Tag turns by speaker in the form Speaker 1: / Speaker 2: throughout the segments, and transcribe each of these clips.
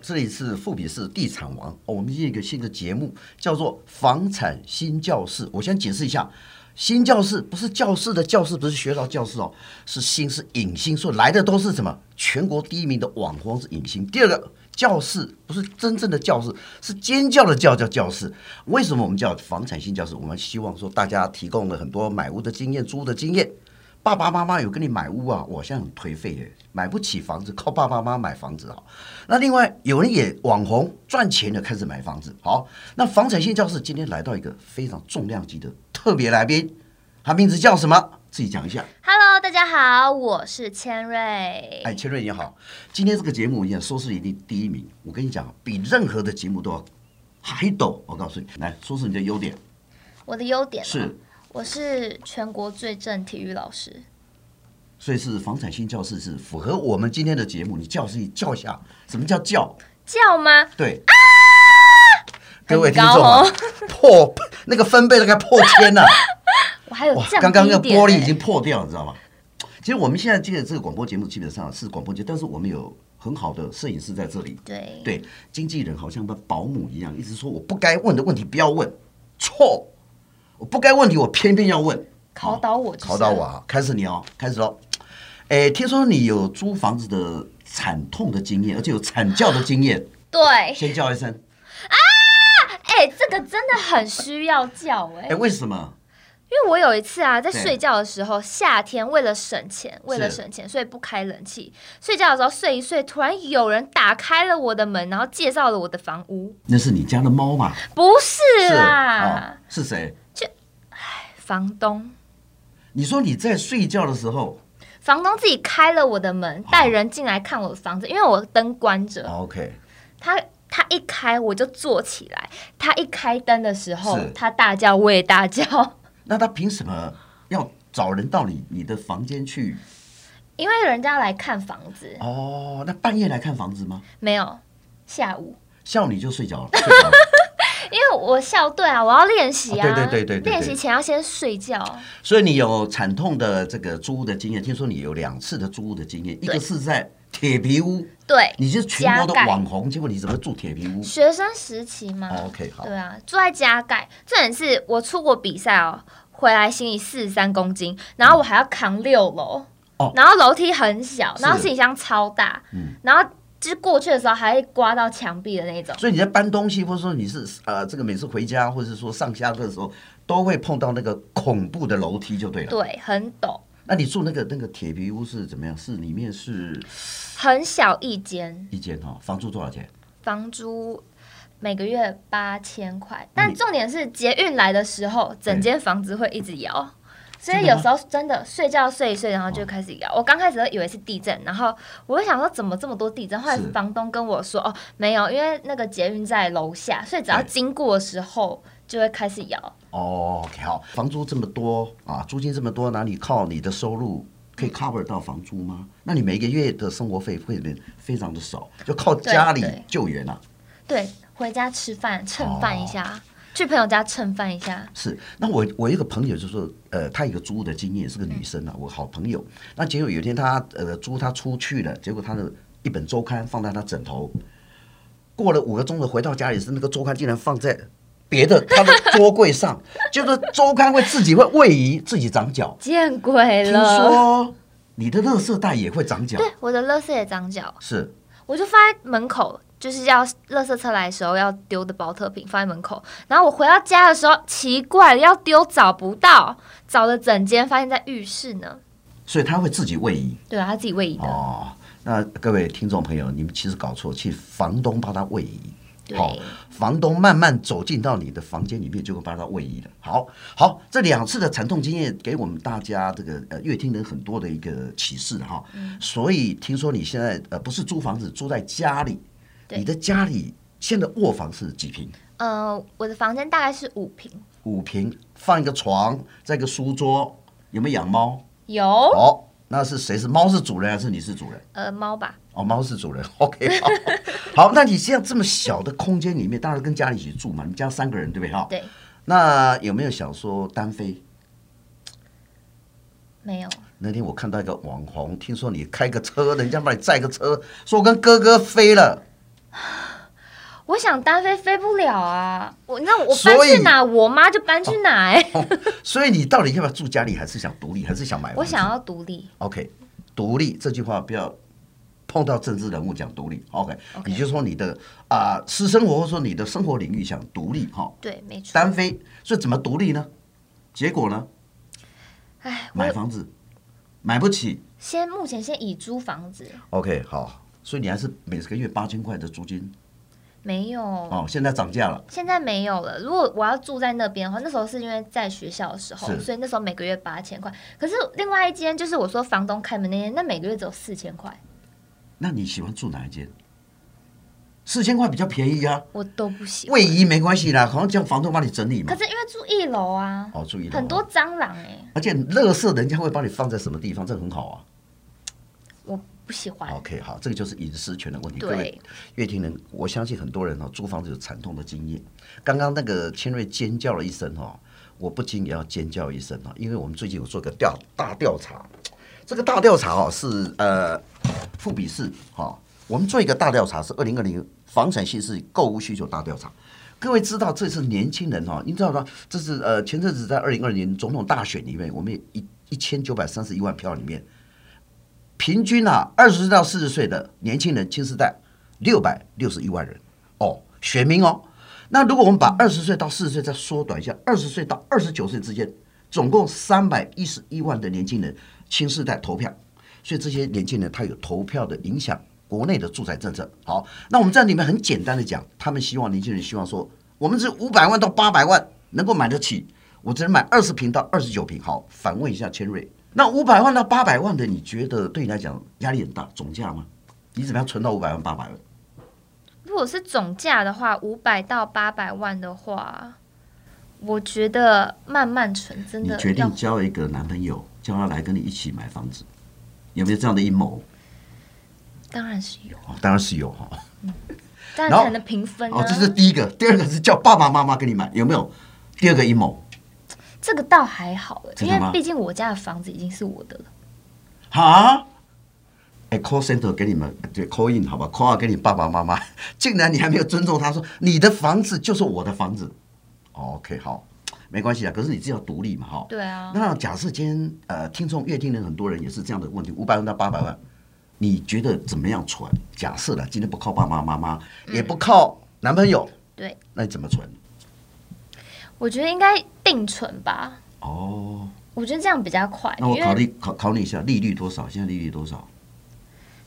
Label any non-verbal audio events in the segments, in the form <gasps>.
Speaker 1: 这一次富比士地产王，哦我们有一个新的节目叫做“房产新教室”。我先解释一下，新教室不是教室的教室，不是学到教室哦，是新是影星，所以来的都是什么？全国第一名的网红是影星。第二个。教室不是真正的教室，是尖叫的叫叫教室。为什么我们叫房产新教室？我们希望说大家提供了很多买屋的经验、租屋的经验，爸爸妈妈有跟你买屋啊，我现在很颓废耶，买不起房子，靠爸爸妈妈买房子啊。那另外有人也网红赚钱的开始买房子。好，那房产线教室今天来到一个非常重量级的特别来宾，他名字叫什么？自己讲一下。
Speaker 2: Hello，大家好，我是千瑞。
Speaker 1: 哎，千瑞你好，今天这个节目也收视率第第一名，我跟你讲，比任何的节目都要还抖。我告诉你，来说说你的优点，
Speaker 2: 我的优点呢
Speaker 1: 是，
Speaker 2: 我是全国最正体育老师。
Speaker 1: 所以是房产新教室是符合我们今天的节目。你叫是叫一下，什么叫叫？
Speaker 2: 叫吗？
Speaker 1: 对。各位
Speaker 2: 啊很
Speaker 1: 听
Speaker 2: 高
Speaker 1: 众啊
Speaker 2: 哦，
Speaker 1: 破那个分贝大概破千啊
Speaker 2: <laughs>
Speaker 1: 了、
Speaker 2: 我还有
Speaker 1: 哇
Speaker 2: 呃降低一点、，哎
Speaker 1: 刚刚那个玻璃已经破掉了，你知道吗？其实我们现在这个这个广播节目基本上是广播节，但是我们有很好的摄影师在这里。
Speaker 2: 对
Speaker 1: 对，经纪人好像把保姆一样，一直说我不该问的问题不要问，错，我不该问题我偏偏要问，
Speaker 2: 考倒我就是
Speaker 1: 考倒我啊！开始你哦，开始喽。哎，听说你有租房子的惨痛的经验，而且有惨叫的经验，
Speaker 2: 对，
Speaker 1: 先叫一声。
Speaker 2: 哎、这个真的很需要叫哎、
Speaker 1: 哎，为什么？
Speaker 2: 因为我有一次啊，在
Speaker 1: 对
Speaker 2: 睡觉的时候，夏天为了省钱，为了省钱，所以不开冷气。睡觉的时候睡一睡，突然有人打开了我的门，然后介绍了我的房屋，
Speaker 1: 那是你家的猫嘛？
Speaker 2: 不是
Speaker 1: 啊，
Speaker 2: 啦，
Speaker 1: 哦是谁？哦
Speaker 2: 房东。
Speaker 1: 你说你在睡觉的时候
Speaker 2: 房东自己开了我的
Speaker 1: 哦
Speaker 2: 门，带人进来看我的房子，因为我灯关着。
Speaker 1: ，OK，
Speaker 2: 他他一开我就坐起来，他一开灯的时候
Speaker 1: 是，
Speaker 2: 他大叫我也大叫， <laughs>
Speaker 1: 那他凭什么要找人到你你的房间去？
Speaker 2: 因为人家来看房子，
Speaker 1: 哦，那半夜来看房子吗？
Speaker 2: 没有下午，
Speaker 1: 笑你就睡 <laughs> 觉了，睡着了
Speaker 2: 因为我校队啊，我要练习啊，
Speaker 1: 啊对对对对对对
Speaker 2: 练习前要先睡觉。
Speaker 1: 所以你有惨痛的这个租屋的经验，听说你有两次的租屋的经验，一个是在铁皮屋，
Speaker 2: 对，
Speaker 1: 你是全国的
Speaker 2: 加盖
Speaker 1: 网红，结果你怎么住铁皮屋？
Speaker 2: 学生时期嘛，
Speaker 1: 哦，OK，好
Speaker 2: 对啊，住在加盖，重点是我出国比赛哦，回来行李四十三公斤，然后我还要扛六楼，
Speaker 1: 哦
Speaker 2: 然后楼梯很小，
Speaker 1: 是嗯
Speaker 2: 然后行李箱超大，然后就是过去的时候还会刮到墙壁的那种。
Speaker 1: 所以你在搬东西，或者说你是呃，这个每次回家或者是说上下课的时候，都会碰到那个恐怖的楼梯就对了。
Speaker 2: 对，很陡，
Speaker 1: 那你住那个那个铁皮屋是怎么样？是里面是
Speaker 2: 很小一间，
Speaker 1: 一间哈、房租多少钱？
Speaker 2: 房租每个月八千块，
Speaker 1: 嗯
Speaker 2: 但重点是捷运来的时候，整间房子会一直摇，所以有时候真的睡觉睡一睡，然后就开始摇。我刚开始都以为是地震，然后我就想说怎么这么多地震，后来
Speaker 1: 是
Speaker 2: 房东跟我说哦没有，因为那个捷运在楼下，所以只要
Speaker 1: 对
Speaker 2: 经过的时候就会开始摇。
Speaker 1: 哦，OK，好，房租这么多啊，租金这么多，哪里靠你的收入可以
Speaker 2: 嗯
Speaker 1: cover 到房租吗？那你每个月的生活费会不会非常的少，就靠家里
Speaker 2: 对对
Speaker 1: 救援啊。
Speaker 2: 对，回家吃饭蹭饭一
Speaker 1: 哦
Speaker 2: 下，去朋友家蹭饭一下。
Speaker 1: 是，那我我一个朋友就说，呃，她有个租屋的经验，是个女生
Speaker 2: 嗯
Speaker 1: 啊，我好朋友。那结果有一天她呃租她出去了，结果她的一本周刊放在她枕头，过了五个钟头回到家里时，那个周刊竟然放在别的她的 <laughs> 桌柜上，就是周刊会自己会位移，自己长脚。
Speaker 2: 见鬼
Speaker 1: 听
Speaker 2: 了！
Speaker 1: 说你的垃圾袋也会长脚，
Speaker 2: 对，我的垃圾也长脚。
Speaker 1: 是
Speaker 2: 我就放在门口，就是要垃圾车来的时候要丢的保特瓶放在门口。然后我回到家的时候，奇怪要丢找不到，找了整间，发现在浴室呢。
Speaker 1: 所以它会自己位移
Speaker 2: 对啊，他自己位移的。
Speaker 1: 哦。那各位听众朋友，你们其实搞错，其实房东帮他位移。
Speaker 2: 对
Speaker 1: 好，房东慢慢走进到你的房间里面，就会帮他位移了。好，好，这两次的惨痛经验给我们大家这个呃乐听人很多的一个启示哈。
Speaker 2: 嗯
Speaker 1: 所以听说你现在呃不是租房子，住在家里，
Speaker 2: 对
Speaker 1: 你的家里现在卧房是几平？
Speaker 2: 呃，我的房间大概是五平，
Speaker 1: 五平，放一个床，再一个书桌，有没有养猫？
Speaker 2: 有、
Speaker 1: 哦，那是谁是猫是主人还是你是主人？
Speaker 2: 呃猫吧，
Speaker 1: 哦，猫是主人。OK，好，好，那你现在这么小的空间里面，当然跟家里一起住嘛，你们家三个人对不对哈？
Speaker 2: 对，
Speaker 1: 那有没有想说单飞？
Speaker 2: 没有。
Speaker 1: 那天我看到一个网红，听说你开个车，人家帮你载个车，说我跟哥哥飞了，
Speaker 2: 我想单飞飞不了啊！我那我搬
Speaker 1: 所以
Speaker 2: 去哪，我妈就搬去哪哎、
Speaker 1: 所以你到底要不要住家里，还是想独立，还是想买房子？
Speaker 2: 我想要独立，
Speaker 1: OK，独立这句话不要碰到政治人物讲独立。OK，,
Speaker 2: OK
Speaker 1: 你就说你的啊、私生活或者说你的生活领域想独立哈，
Speaker 2: 对，没错。
Speaker 1: 单飞，所以怎么独立呢？结果呢，
Speaker 2: 哎，
Speaker 1: 买
Speaker 2: 我
Speaker 1: 房子买不起。
Speaker 2: 先目前先以租房子，
Speaker 1: OK，好，所以你还是每个月八千块的租金
Speaker 2: 没有，
Speaker 1: 哦，现在涨价了。
Speaker 2: 现在没有了。如果我要住在那边的话，那时候是因为在学校的时候，
Speaker 1: 是
Speaker 2: 所以那时候每个月八千块。可是另外一间就是我说房东开门那间，那每个月只有四千块，
Speaker 1: 那你喜欢住哪一间？四千块比较便宜啊，
Speaker 2: 我都不喜欢。
Speaker 1: 位移没关系啦，好像叫房东帮你整理嘛
Speaker 2: 可。是因为住一楼啊，
Speaker 1: 哦，注意了，
Speaker 2: 很多，蟑螂哎、
Speaker 1: 而且乐色人家会帮你放在什么地方，这很好啊。
Speaker 2: 我不喜欢。
Speaker 1: OK，好，这个就是隐私权的问题。各位
Speaker 2: 对，
Speaker 1: 乐听人，我相信很多人哦，租房子有惨痛的经验。刚刚那个千瑞尖叫了一声哦，我不禁也要尖叫一声哦，因为我们最近有做个调大调查，这个大调查哦是呃富比士哈、哦，我们做一个大调查是二零二零房产系是购物需求大调查。各位知道这是年轻人哦，你知道吗？这是呃前阵子在二零二零总统大选里面，我们有一一千九百三十一万票里面，平均啊，二十到四十岁的年轻人，新时代六百六十一万人哦，选民哦。那如果我们把二十岁到四十岁再缩短一下，二十岁到二十九岁之间，总共三百一十一万的年轻人新世代投票，所以这些年轻人他有投票的影响国内的住宅政策。好，那我们在里面很简单的讲，他们希望年轻人希望说，我们是五百万到八百万能够买得起，我只能买二十平到二十九平。好，反问一下千瑞，那五百万到八百万的，你觉得对你来讲压力很大，总价吗？你怎么样存到五百万、八百万？
Speaker 2: 如果是总价的话，五百到八百万的话，我觉得慢慢存真
Speaker 1: 你
Speaker 2: 的
Speaker 1: 决
Speaker 2: 要
Speaker 1: 定交一个男朋友，叫他来跟你一起买房子，有没有这样的阴谋？
Speaker 2: 当然是有，
Speaker 1: 哦，当然是有哈、
Speaker 2: 当
Speaker 1: 然
Speaker 2: 然
Speaker 1: 后
Speaker 2: 才能平分啊。
Speaker 1: 哦，这是第一个，第二个是叫爸爸妈妈跟你买，有没有？第二个阴谋，
Speaker 2: 这个倒还好欸，
Speaker 1: 真
Speaker 2: 因
Speaker 1: 的吗
Speaker 2: 为毕竟我家的房子已经是我的了。
Speaker 1: 哈？哎，call center 给你们对 call in 好吧，call out 给你爸爸妈妈， <laughs> 竟然你还没有尊重他说你的房子就是我的房子、哦、，OK 好，没关系啊，可是你自己要独立嘛哈、
Speaker 2: 对啊，
Speaker 1: 那假设今天呃，听众乐听人很多人也是这样的问题，五百万到八百万，你觉得怎么样存？假设了，今天不靠爸爸妈妈，
Speaker 2: 嗯
Speaker 1: 也不靠男朋友，
Speaker 2: 对，
Speaker 1: 那你怎么存？
Speaker 2: 我觉得应该定存吧，
Speaker 1: 哦，
Speaker 2: 我觉得这样比较快。
Speaker 1: 那我
Speaker 2: 因
Speaker 1: 考
Speaker 2: 为
Speaker 1: 虑考考你一下，利率多少？现在利率多少？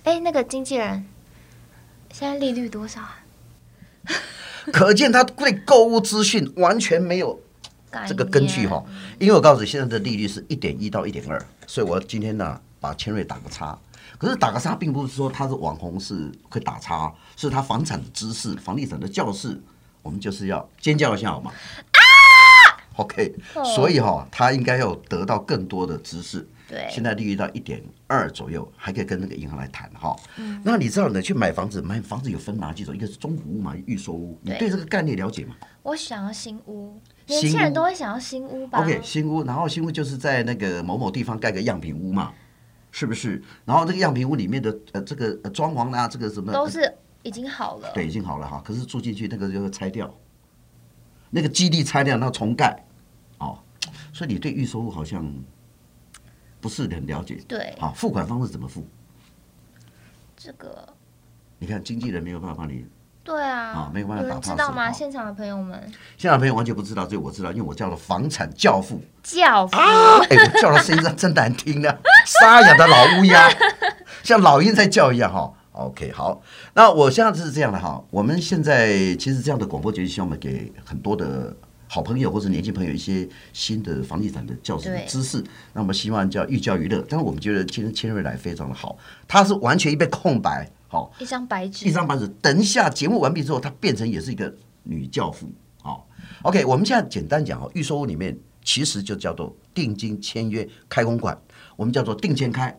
Speaker 2: 哎，那个经纪人现在利率多少啊？
Speaker 1: 可见他对购物资讯完全没有这个根据哈、因为我告诉你，现在的利率是一点一到一点二，所以我今天呢把千瑞打个叉。可是打个叉，并不是说他是网红是会打叉，是他房产的知识、房地产的教室，我们就是要尖叫一下好吗？啊！OK，
Speaker 2: 哦
Speaker 1: 所以哈、他应该要得到更多的知识。
Speaker 2: 对
Speaker 1: 现在利率到一点二左右，还可以跟那个银行来谈哈、
Speaker 2: 嗯
Speaker 1: 那你知道呢？去买房子，买房子有分哪几种？一个是中古屋嘛，预售屋。你
Speaker 2: 对
Speaker 1: 对这个概念了解吗？
Speaker 2: 我想要新屋，
Speaker 1: 新
Speaker 2: 年
Speaker 1: 屋
Speaker 2: 轻人都会想要新屋吧
Speaker 1: OK，新屋，然后新屋就是在那个某某地方盖个样品屋嘛，是不是？然后这个样品屋里面的呃这个呃装潢啊，这个什么
Speaker 2: 都是已经好了。
Speaker 1: 对已经好了哈，可是住进去那个就会拆掉，那个基地拆掉，然后重盖，哦，所以你对预售屋好像不是很了解。
Speaker 2: 对，
Speaker 1: 好，付款方式怎么付？
Speaker 2: 这个
Speaker 1: 你看经纪人没有办法帮你，
Speaker 2: 对啊
Speaker 1: 啊，没有办法
Speaker 2: 有
Speaker 1: 打
Speaker 2: 人
Speaker 1: pass
Speaker 2: 知道吗？
Speaker 1: 好
Speaker 2: 现场的朋友们，
Speaker 1: 现在朋友完全不知道，这个我知道，因为我叫了房产教父。
Speaker 2: 教父，
Speaker 1: 啊！ <laughs> 哎、我叫他声音真真难听的，沙哑的老乌鸦，像老鹰在叫一样哈。OK，好，那我现在是这样的哈，我们现在其实这样的广播节目，希望我们给很多的好朋友或者年轻朋友一些新的房地产的教室的
Speaker 2: 对
Speaker 1: 知识。那我们希望叫寓教于乐，但是我们觉得今天千瑞来非常的好，他是完全一片空白，好，
Speaker 2: 一张白
Speaker 1: 一
Speaker 2: 纸，
Speaker 1: 张白纸。等一下节目完毕之后，她变成也是一个女教父哦。OK，我们现在简单讲哦，预售屋里面其实就叫做定金签约开公款，我们叫做定签开。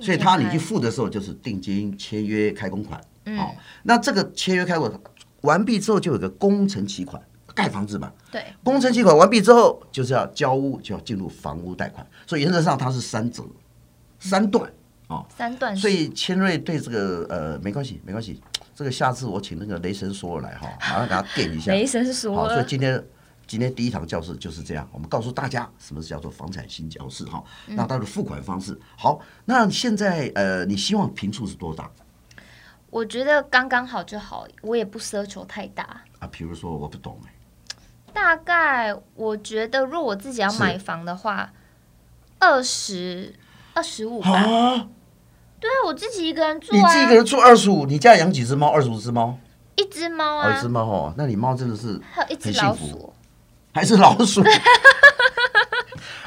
Speaker 1: 所以他你去
Speaker 2: 定
Speaker 1: 付的时候就是定金、签约、开工款。
Speaker 2: 嗯
Speaker 1: 哦，那这个签约开工款完毕之后，就有个工程期款，盖房子嘛。
Speaker 2: 金开对，
Speaker 1: 工程期款完毕之后，就是要交屋，就要进入房屋贷款。所以原则上它是三折、三段。
Speaker 2: 三段式，
Speaker 1: 所以千瑞对这个呃没关系，没关系，这个下次我请那个雷神索尔来
Speaker 2: <laughs>
Speaker 1: 哈，马上给他电一下。
Speaker 2: 雷神索
Speaker 1: 好，所以
Speaker 2: 尔，
Speaker 1: 今天今天第一堂教室就是这样，我们告诉大家什么是叫做房产新教室哈，
Speaker 2: 嗯
Speaker 1: 那它的付款方式。好，那现在呃，你希望平数是多大
Speaker 2: 我觉得刚刚好就好，我也不奢求太大。
Speaker 1: 啊？比如说我不懂哎、
Speaker 2: 大概我觉得，如果我自己要
Speaker 1: 是
Speaker 2: 买房的话，二十二十五吧。
Speaker 1: 啊，
Speaker 2: 对啊，我自己一个人住
Speaker 1: 你
Speaker 2: 啊，
Speaker 1: 自己一个人住二十五，你家养几只猫？二十五只猫，
Speaker 2: 一只猫
Speaker 1: 哦，
Speaker 2: 啊
Speaker 1: 一只，猫哦，那你猫真的是
Speaker 2: 还有一只
Speaker 1: 很
Speaker 2: 老
Speaker 1: 幸福
Speaker 2: 鼠。
Speaker 1: 还是老鼠。 <laughs>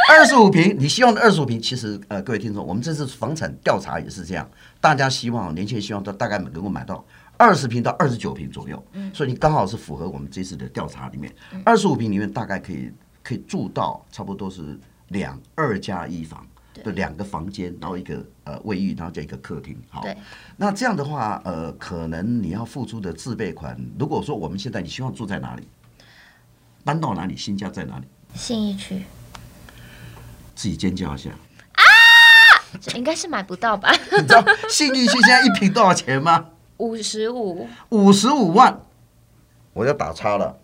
Speaker 1: 二十五平，你希望的二十五平，其实呃，各位听众，我们这次房产调查也是这样，大家希望年轻人希望都大概能够买到二十平到二十九平左右，所以你刚好是符合我们这次的调查里面，二十五平里面大概可以可以住到差不多是两二加一房，对，两个房间，然后一个呃卫浴，然后加一个客厅，好，
Speaker 2: 对，
Speaker 1: 那这样的话，呃，可能你要付出的自备款，如果说我们现在你希望住在哪里，搬到哪里，新家在哪里，
Speaker 2: 信义区
Speaker 1: 自己尖叫一下。
Speaker 2: 这应该是买不到吧？ <laughs>
Speaker 1: 你知道信义区现在一平多少钱吗？
Speaker 2: 五十五，
Speaker 1: 五十五万，我要打叉了。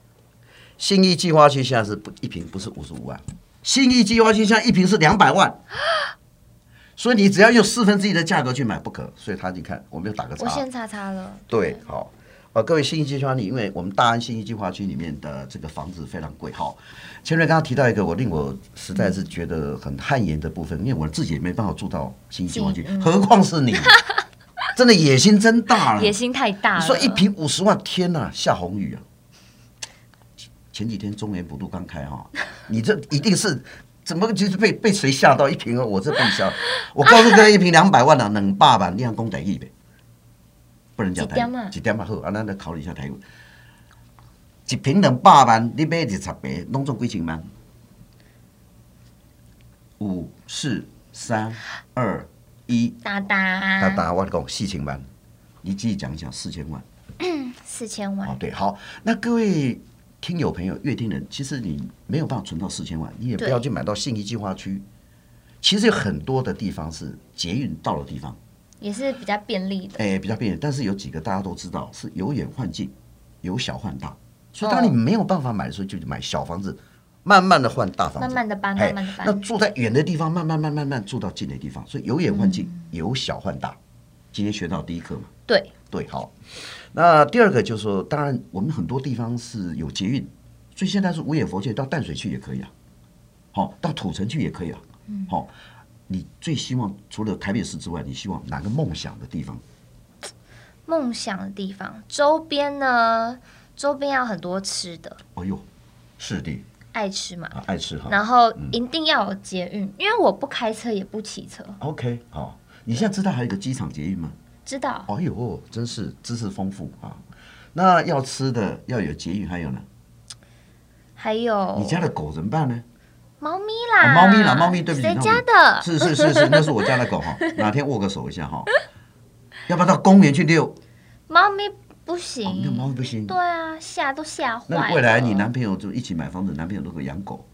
Speaker 1: 信义计划区现在是不一平不是五十五万，信义计划区现在一平是两百 <gasps> 万，所以你只要用四分之一的价格去买不可，所以他你看我们又打个叉。
Speaker 2: 我先擦擦了。
Speaker 1: 对，好。呃，各位信义计划，你因为我们大安信义计划区里面的这个房子非常贵，好。前面刚刚提到一个我令我实在是觉得很汗颜的部分，因为我自己也没办法住到信义计划区，
Speaker 2: 嗯
Speaker 1: 何况是你， <laughs> 真的野心真大了。
Speaker 2: 野心太大
Speaker 1: 啊你
Speaker 2: 了。
Speaker 1: 说一瓶五十万，天呐、下红雨啊！前几天中原补助刚开
Speaker 2: <laughs>
Speaker 1: 哈、你这一定是怎么就是被被谁吓到一瓶啊？我这被吓，我告诉各位，一瓶两百万啊，冷爸爸，你样公仔一呗，不能讲
Speaker 2: 一
Speaker 1: 台
Speaker 2: 点啊
Speaker 1: 语，几点嘛好，啊，咱来考虑一下台语。一瓶两百万，你买二十瓶，拢总几千万？五四三二一，
Speaker 2: 哒哒
Speaker 1: 大家我跟你讲四千万，你自己讲一讲四千万。
Speaker 2: 四千
Speaker 1: 哦，
Speaker 2: 万，
Speaker 1: 对，好，那各位听友朋友、乐听人，其实你没有办法存到四千万，你也不
Speaker 2: 对
Speaker 1: 要去买到信义计划区。其实有很多的地方是捷运到的地方，
Speaker 2: 也是比较便利的。
Speaker 1: 哎，比较便利。但是有几个大家都知道是由远换近，由小换大，所以
Speaker 2: 哦
Speaker 1: 当你没有办法买的时候，就买小房子，慢慢的换大房子，
Speaker 2: 慢慢地搬
Speaker 1: 哎
Speaker 2: 慢慢地搬
Speaker 1: 那住在远的地方，慢慢慢慢慢慢住到近的地方，所以由远换近，
Speaker 2: 嗯
Speaker 1: 由小换大。今天学到第一课嘛。
Speaker 2: 对，
Speaker 1: 对，好。那第二个就是说，当然我们很多地方是有捷运，所以现在是五眼佛界到淡水去也可以啊，好、到土城去也可以啊，好、你最希望除了台北市之外，你希望哪个梦想的地方？
Speaker 2: 梦想的地方，周边呢，周边要很多吃的，
Speaker 1: 哦呦，是的
Speaker 2: 爱吃嘛。
Speaker 1: 啊，爱吃哈。
Speaker 2: 然后一定要有捷运，因为我不开车也不骑车，
Speaker 1: OK，好。你现在知道还有一个机场捷运吗？
Speaker 2: 知道？
Speaker 1: 哎呦，真是知识丰富啊！那要吃的要有捷运，还有呢？
Speaker 2: 还有
Speaker 1: 你家的狗怎么办呢？
Speaker 2: 猫咪
Speaker 1: 啊
Speaker 2: 啦，
Speaker 1: 猫咪啦，猫咪，对不起，
Speaker 2: 谁
Speaker 1: 那我
Speaker 2: 家的？
Speaker 1: <laughs> 是是是是，那是我家的狗
Speaker 2: <laughs>
Speaker 1: 哈，哪天握个手一下哈，要不要到公园去遛？
Speaker 2: 猫咪不
Speaker 1: 哦，那猫
Speaker 2: 行，
Speaker 1: 不行。
Speaker 2: 对啊，吓都吓坏了。
Speaker 1: 那未来你男朋友就一起买房子，男朋友如果养狗，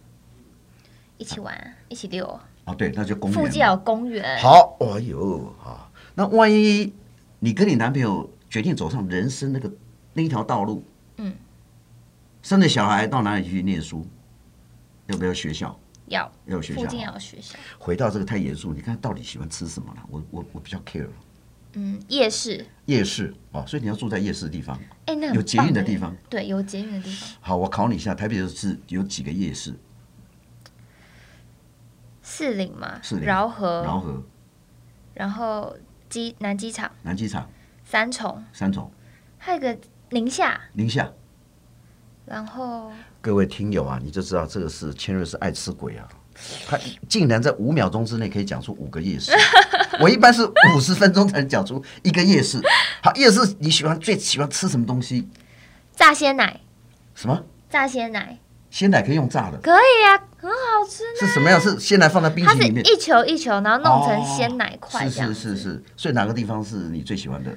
Speaker 2: 一起玩，一起遛，
Speaker 1: 哦对，那就公
Speaker 2: 附
Speaker 1: 园
Speaker 2: 近有
Speaker 1: 嘛。
Speaker 2: 公园，
Speaker 1: 好，哎呦啊，那万一你跟你男朋友决定走上人生那个那一条道路，
Speaker 2: 嗯，
Speaker 1: 生了小孩到哪里去念书？要不要学校？
Speaker 2: 要
Speaker 1: 要有学校
Speaker 2: 附近
Speaker 1: 啊
Speaker 2: 要有学校，
Speaker 1: 回到这个太严肃，你看到底喜欢吃什么了？我我我比较 care
Speaker 2: 嗯，夜市，
Speaker 1: 夜市啊，所以你要住在夜市的地方。
Speaker 2: 哎，那很
Speaker 1: 有捷运的
Speaker 2: 棒哎
Speaker 1: 地方，
Speaker 2: 对，有捷运的地方，
Speaker 1: 好，我考你一下，台北市有几个夜市？
Speaker 2: 士林嘛，
Speaker 1: 士林
Speaker 2: 饶河，
Speaker 1: 饶河、
Speaker 2: 然后机南机场、
Speaker 1: 南机场、
Speaker 2: 三重，
Speaker 1: 三重、
Speaker 2: 还有一个宁夏，
Speaker 1: 宁夏。
Speaker 2: 然后
Speaker 1: 各位听友啊，你就知道这个是千瑞是爱吃鬼啊，他竟然在五秒钟之内可以讲出五个夜市， <laughs> 我一般是五十分钟才能讲出一个夜市。好，夜市你喜欢最喜欢吃什么东西？
Speaker 2: 炸鲜奶，
Speaker 1: 什么
Speaker 2: 炸鲜奶
Speaker 1: 鲜奶可以用炸的，
Speaker 2: 可以啊，很好吃呢。
Speaker 1: 是什么样？是鲜奶放在冰
Speaker 2: 嗯它
Speaker 1: 淇
Speaker 2: 是
Speaker 1: 淋里面，
Speaker 2: 一球一球，然后弄成鲜奶
Speaker 1: 哦
Speaker 2: 块这
Speaker 1: 是
Speaker 2: 样
Speaker 1: 是
Speaker 2: 子。
Speaker 1: 是是，所以哪个地方是你最喜欢的？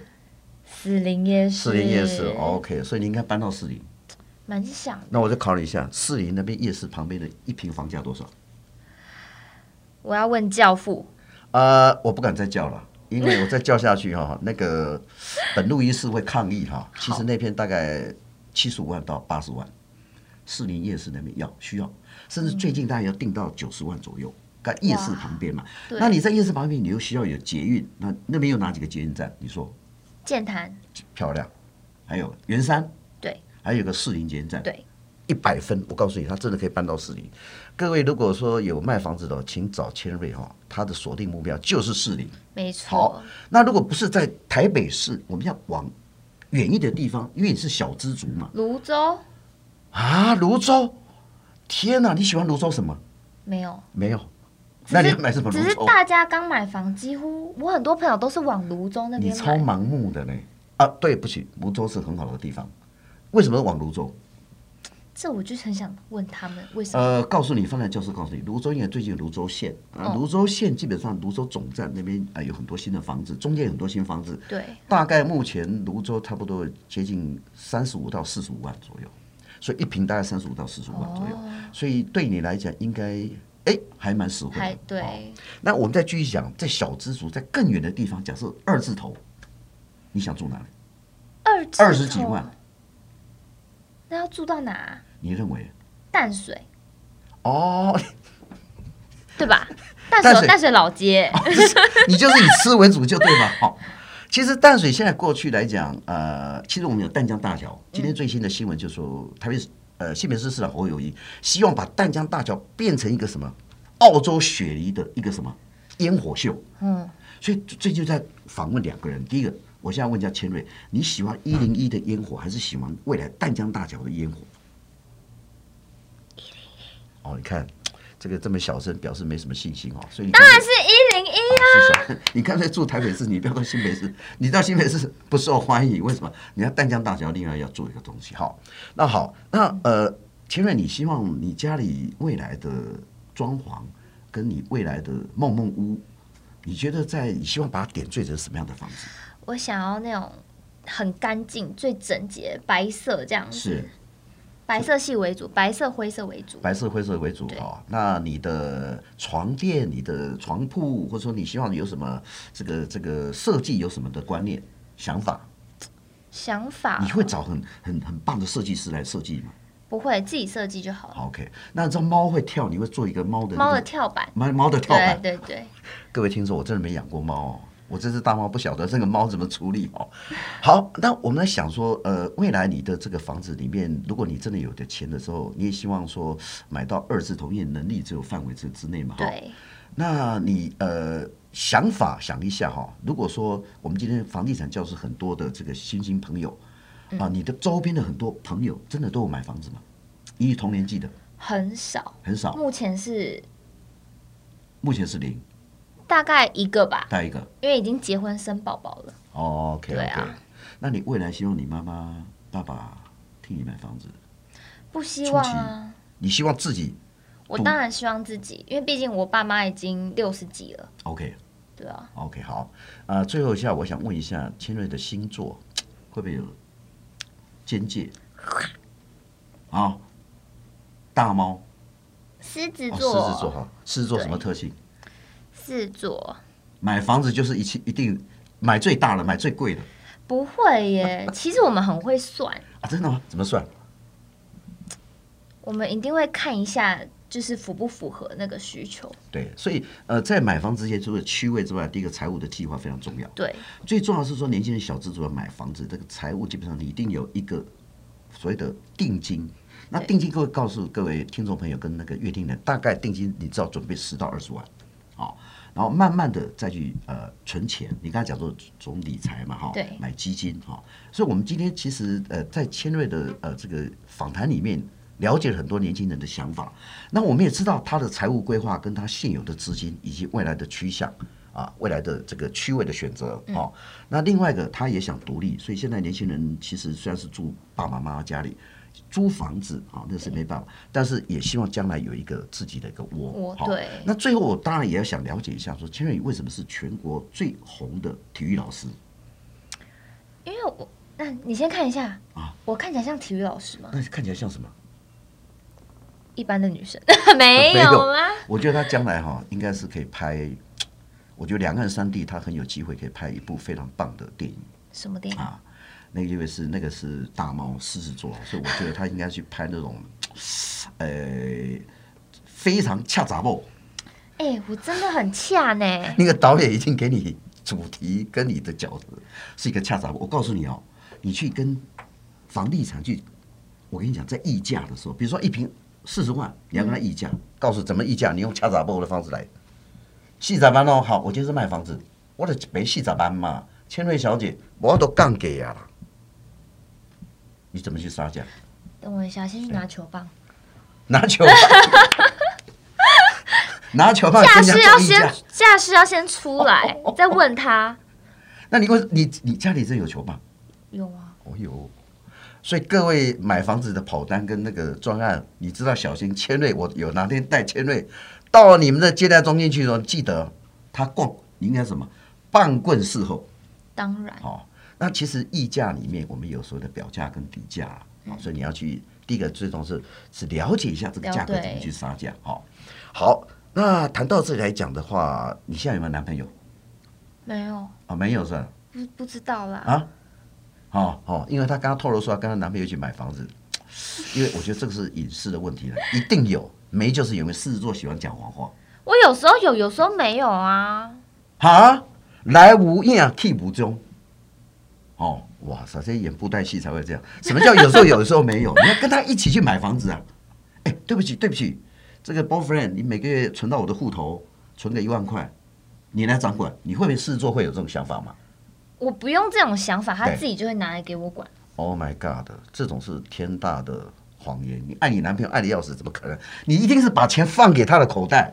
Speaker 2: 士林夜市，
Speaker 1: 士林夜市。OK，所以哦你应该搬到士林。
Speaker 2: 蛮想的。
Speaker 1: 那我就考虑一下，士林那边夜市旁边的一平房价多少？
Speaker 2: 我要问教父，
Speaker 1: 啊呃，我不敢再叫了，因为我再叫下去哈、 <laughs> 那个本路医师会抗议哈、其实那篇大概七十五万到八十万，士林夜市那边要需要，甚至最近大概要定到九十万左右。在夜市旁边嘛，
Speaker 2: 对
Speaker 1: 那你在夜市旁边，你又需要有捷运，那那边有哪几个捷运站？你说
Speaker 2: 健谈，
Speaker 1: 漂亮，还有圆山，
Speaker 2: 对，
Speaker 1: 还有一个士林捷运站，
Speaker 2: 对，
Speaker 1: 一百分，我告诉你，他真的可以搬到士林。各位如果说有卖房子的，哦请找千瑞哈、他的锁定目标就是士林。
Speaker 2: 没
Speaker 1: 好
Speaker 2: 错，，
Speaker 1: 那如果不是在台北市，我们要往远一点的地方，因为你是小资族嘛。
Speaker 2: 泸州
Speaker 1: 啊，泸州，天哪，你喜欢泸州什么？
Speaker 2: 没有。
Speaker 1: 没有，
Speaker 2: 只
Speaker 1: 那你
Speaker 2: 是
Speaker 1: 买什么泸
Speaker 2: 只是
Speaker 1: 州？
Speaker 2: 大家刚买房，几乎我很多朋友都是往泸州那
Speaker 1: 你
Speaker 2: 边
Speaker 1: 超
Speaker 2: 买。
Speaker 1: 盲目的呢。啊，对不起，泸州是很好的地方。为什么往泸州？
Speaker 2: 这我就很想问他们为什么？
Speaker 1: 呃，告诉你，方兰教授告诉你，泸州因为最近有泸州县啊，
Speaker 2: 哦
Speaker 1: 泸州县基本上泸州总站那边啊、有很多新的房子，中间有很多新房子，
Speaker 2: 对，
Speaker 1: 大概目前泸州差不多接近三十五到四十五万左右，所以一平大概三十五到四十五万左右，所以对你来讲应该。哎，还蛮实惠的。
Speaker 2: 哦还
Speaker 1: 哦
Speaker 2: 对，
Speaker 1: 那我们再继续讲，在小资族，在更远的地方，假设二字头，你想住哪里？
Speaker 2: 二
Speaker 1: 二十几万，
Speaker 2: 那要住到哪？
Speaker 1: 你认为？
Speaker 2: 淡水
Speaker 1: 哦，
Speaker 2: 对
Speaker 1: <laughs>
Speaker 2: 吧？淡
Speaker 1: 淡
Speaker 2: 水
Speaker 1: 水
Speaker 2: 有淡水老街，
Speaker 1: 你就是以吃为主就对了。好、其实淡水现在过去来讲，呃，其实我们有淡江大桥。今天最新的新闻就说，台北市呃新北市市长侯友谊希望把淡江大桥变成一个什么澳洲雪梨的一个什么烟火秀。
Speaker 2: 嗯，
Speaker 1: 所以最近在访问两个人，第一个。我现在问一下千瑞，你喜欢一零一的烟火，还是喜欢未来淡江大桥的烟火？哦，你看这个这么小声，表示没什么信心哦。所以你
Speaker 2: 当
Speaker 1: 看
Speaker 2: 然是一零一啊，
Speaker 1: 是啊， <laughs> 你刚才住台北市，你不要到新北市，你到新北市不受欢迎，为什么？你要淡江大桥，另外要做一个东西。好，那好，那呃，前面你希望你家里未来的装潢，跟你未来的梦梦屋，你觉得在你希望把它点缀成什么样的房子？
Speaker 2: 我想要那种很干净、最整洁、白色这样子，
Speaker 1: 是
Speaker 2: 白色系为主，白色灰色为主。
Speaker 1: 白色、灰色为主哈、那你的床垫、你的床铺，或者说你希望有什么这个这个设计有什么的观念想法？
Speaker 2: 想法
Speaker 1: 你会找很很很棒的设计师来设计吗？
Speaker 2: 不会自己设计就好了。
Speaker 1: 好，OK。那这猫会跳，你会做一个猫的那个
Speaker 2: 猫的跳板，
Speaker 1: 猫猫的跳
Speaker 2: 对
Speaker 1: 板。
Speaker 2: 对对，
Speaker 1: 各位听众，我真的没养过猫哦，我这只大猫不晓得这个猫怎么处理哦。好，那我们来想说，呃，未来你的这个房子里面，如果你真的有点钱的时候，你也希望说买到二字头，因为能力只有范围之之内嘛。哈。
Speaker 2: 对，
Speaker 1: 那你呃想法想一下哈、如果说我们今天房地产教室很多的这个新兴朋友
Speaker 2: 嗯
Speaker 1: 啊、你的周边的很多朋友真的都有买房子吗？以你同年纪的
Speaker 2: 很少，
Speaker 1: 很少，
Speaker 2: 目前是
Speaker 1: 目前是零，
Speaker 2: 大概一个吧，
Speaker 1: 带一个。
Speaker 2: 因为已经结婚生宝宝了。
Speaker 1: 哦 OK
Speaker 2: 对
Speaker 1: OK，、
Speaker 2: 啊
Speaker 1: 那你未来希望你妈妈、爸爸替你买房子，
Speaker 2: 不希望啊，
Speaker 1: 你希望自己
Speaker 2: 我当然希望自己，因为毕竟我爸妈已经六十几了，
Speaker 1: OK
Speaker 2: 对啊，
Speaker 1: OK 好啊、呃最后一下，我想问一下千瑞的星座会不会有间界？啊，大猫。
Speaker 2: 狮子
Speaker 1: 哦，
Speaker 2: 座，
Speaker 1: 狮子座哈，狮子座什么
Speaker 2: 对
Speaker 1: 特性？
Speaker 2: 狮子座
Speaker 1: 买房子就是一起一定买最大的，买最贵的
Speaker 2: 不会耶，其实我们很会算，
Speaker 1: 啊？真的吗？怎么算？
Speaker 2: 我们一定会看一下，就是符不符合那个需求，
Speaker 1: 对，所以呃，在买房之前，除了区位之外，第一个财务的计划非常重要。
Speaker 2: 对，
Speaker 1: 最重要的是说，年轻人小资主要买房子，这个财务基本上你一定有一个所谓的定金。那定金，各位告诉各位听众朋友跟那个乐听人，大概定金你知道准备十到二十万，好、然后慢慢的再去呃存钱。你刚才讲说总理财嘛，哈、
Speaker 2: 对
Speaker 1: 买基金哈、所以我们今天其实呃在千瑞的呃这个访谈里面。了解了很多年轻人的想法，那我们也知道他的财务规划跟他现有的资金以及未来的趋向啊，未来的这个区位的选择
Speaker 2: 嗯
Speaker 1: 哦。那另外一个，他也想独立，所以现在年轻人其实虽然是住爸爸妈妈家里，租房子啊、那是没办法，但是也希望将来有一个自己的一个窝。
Speaker 2: 窝
Speaker 1: 好
Speaker 2: 对
Speaker 1: 那最后我当然也要想了解一下说千瑞为什么是全国最红的体育老师？
Speaker 2: 因为我，那你先看一下
Speaker 1: 啊
Speaker 2: 我看起来像体育老师吗？
Speaker 1: 那看起来像什么？
Speaker 2: 一般的女生没
Speaker 1: 没有 <laughs>
Speaker 2: 有啦， <laughs>
Speaker 1: 我觉得他将来哈、应该是可以拍，我觉得《两岸三地》它很有机会可以拍一部非常棒的电影
Speaker 2: 什么电影？
Speaker 1: 啊。那个因为是那个是大猫狮子座，所以我觉得他应该去拍那种，呃，非常恰杂不。
Speaker 2: 哎、我真的很恰呢。
Speaker 1: 那个导演已经给你主题跟你的角色是一个恰杂我告诉你哦，你去跟房地产去，我跟你讲，在议价的时候，比如说一平四十万，你要跟他议
Speaker 2: 嗯
Speaker 1: 价，告诉怎么议价，你用恰杂布的方式来。细杂班哦，好，我今天是卖房子，我得没细杂班嘛。千惠小姐，我都杠给啊啦，你怎么去杀价？
Speaker 2: 等我一下，先去拿球棒。
Speaker 1: 拿球
Speaker 2: <laughs>
Speaker 1: 棒，啊拿球棒哦
Speaker 2: 架
Speaker 1: 跟人家
Speaker 2: 势要
Speaker 1: 做议价
Speaker 2: 先，架势要先出来，再问他。
Speaker 1: 那你为你你家里真有球棒？
Speaker 2: 有啊，
Speaker 1: 哦呦，所以各位买房子的跑单跟那个专案，你知道小心千瑞，我有哪天带千瑞到你们的接待中心去的时候，记得他逛你应该什么棒棍伺候
Speaker 2: 当然。
Speaker 1: 哦。那其实议价里面，我们有所谓的表价跟底价啊、哦所以你要去第一个最重要是是了解一下这个价格
Speaker 2: 了解
Speaker 1: 怎么去杀价哦。好，那谈到这里来讲的话，你现在有没有男朋友
Speaker 2: 没有，
Speaker 1: 啊、没有是吧？
Speaker 2: 不不知道啦。
Speaker 1: 啊，哦哦，因为她刚刚透露说她跟她男朋友一起买房子，因为我觉得这个是隐私的问题了，一定有，没就是因为狮子座喜欢讲谎话
Speaker 2: 我有时候有，有时候没有啊。
Speaker 1: 啊，来无影啊去无踪。哦，哇塞，这演布袋戏才会这样。什么叫有时候有，有时候没有？你要跟他一起去买房子啊！哎，对不起，对不起，这个 boyfriend，你每个月存到我的户头，存个一万块，你来掌管，你会不会狮子座会有这种想法吗？
Speaker 2: 我不用这种想法，他
Speaker 1: 对
Speaker 2: 自己就会拿来给我管。
Speaker 1: Oh my God，这种是天大的谎言！你爱你男朋友爱的要死，怎么可能？你一定是把钱放给他的口袋。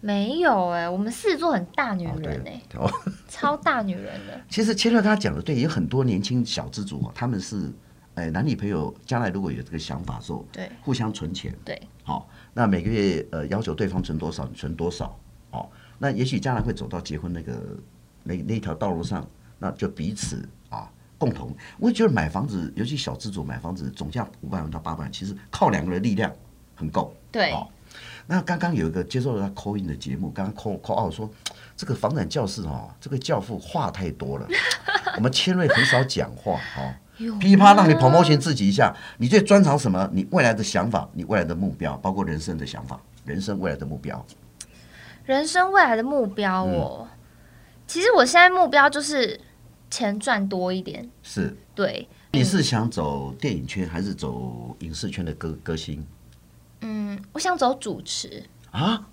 Speaker 2: 没有哎、我们狮子座很大女
Speaker 1: 哦，对
Speaker 2: 人
Speaker 1: 了
Speaker 2: 哎、
Speaker 1: 哦， <laughs>
Speaker 2: 超大女人的。
Speaker 1: 其实千乐刚他讲的对，有很多年轻小资族啊，他们是，哎，男女朋友将来如果有这个想法的时候，
Speaker 2: 对
Speaker 1: 互相存钱，
Speaker 2: 对，
Speaker 1: 好、那每个月呃要求对方存多少，你存多少，哦，那也许将来会走到结婚那个那那条道路上，那就彼此啊共同。我也觉得买房子，尤其小资主买房子，总价五百万到八百万，其实靠两个人的力量很够。
Speaker 2: 对
Speaker 1: 哦那刚刚有一个接受了他 call in 的节目，刚刚 call call out 说，这个房产教室哦，这个教父话太多了，我们千瑞很少讲话哦。
Speaker 2: 有
Speaker 1: 噼啪让你
Speaker 2: 吗
Speaker 1: promotion 自己一下，你最专长什么？你未来的想法，你未来的目标，包括人生的想法，人生未来的目标。
Speaker 2: 人生未来的目标
Speaker 1: 嗯
Speaker 2: 哦。其实我现在目标就是钱赚多一点。
Speaker 1: 是，
Speaker 2: 对，
Speaker 1: 你是想走电影圈还是走影视圈的歌歌星
Speaker 2: 嗯，我想走主持。
Speaker 1: 啊？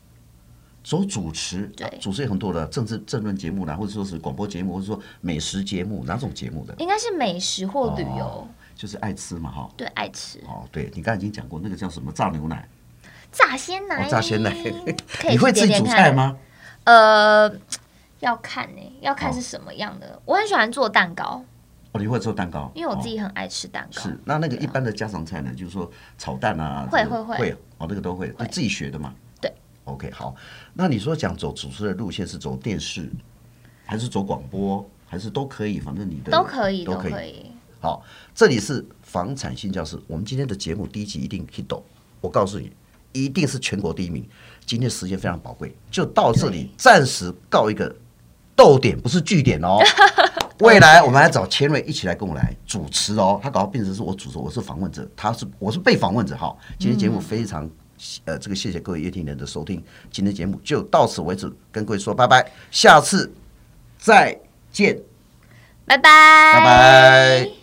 Speaker 1: 走主持，
Speaker 2: 对
Speaker 1: 啊主持有很多的政治政论节目啦，或者说是广播节目，或者说美食节目，哪种节目的？
Speaker 2: 应该是美食或旅游，
Speaker 1: 哦就是爱吃嘛，哈。
Speaker 2: 对，爱吃
Speaker 1: 哦，对你刚才已经讲过那个叫什么炸牛奶，
Speaker 2: 炸鲜奶、
Speaker 1: 哦，炸鲜奶
Speaker 2: 可，
Speaker 1: <laughs>
Speaker 2: 以
Speaker 1: 你会
Speaker 2: 去
Speaker 1: 自己
Speaker 2: 点点
Speaker 1: 煮
Speaker 2: 看
Speaker 1: 菜吗？
Speaker 2: 呃，要看呢、要看
Speaker 1: 哦
Speaker 2: 是什么样的。我很喜欢做蛋糕，
Speaker 1: 哦，你会做蛋糕？
Speaker 2: 因为我自
Speaker 1: 哦
Speaker 2: 己很爱吃蛋糕。
Speaker 1: 是，那那个一般的家常菜呢，就是说炒蛋啊，
Speaker 2: 会
Speaker 1: 这个
Speaker 2: 会会
Speaker 1: 会哦，那个都会，
Speaker 2: 会
Speaker 1: 自己学的嘛。
Speaker 2: 对
Speaker 1: ，OK，好，那你说讲走主持的路线是走电视，还是走广播，还是都可以，反正你的
Speaker 2: 都可以，
Speaker 1: 都
Speaker 2: 都
Speaker 1: 可以。
Speaker 2: 可以。
Speaker 1: 好，这里是房产新教室，我们今天的节目第一集一定 hit 到我告诉你，一定是全国第一名。今天时间非常宝贵，就到这里，暂时告一个逗点，不是句点哦。未来我们还找千瑞一起来跟我来主持哦，他搞到变成是我主持，我是访问者，他是我是被访问者哈。今天节目非常。呃，这个谢谢各位乐听人的收听，今天节目就到此为止，跟各位说拜拜，下次再见，
Speaker 2: 拜拜，
Speaker 1: 拜
Speaker 2: 拜
Speaker 1: 拜。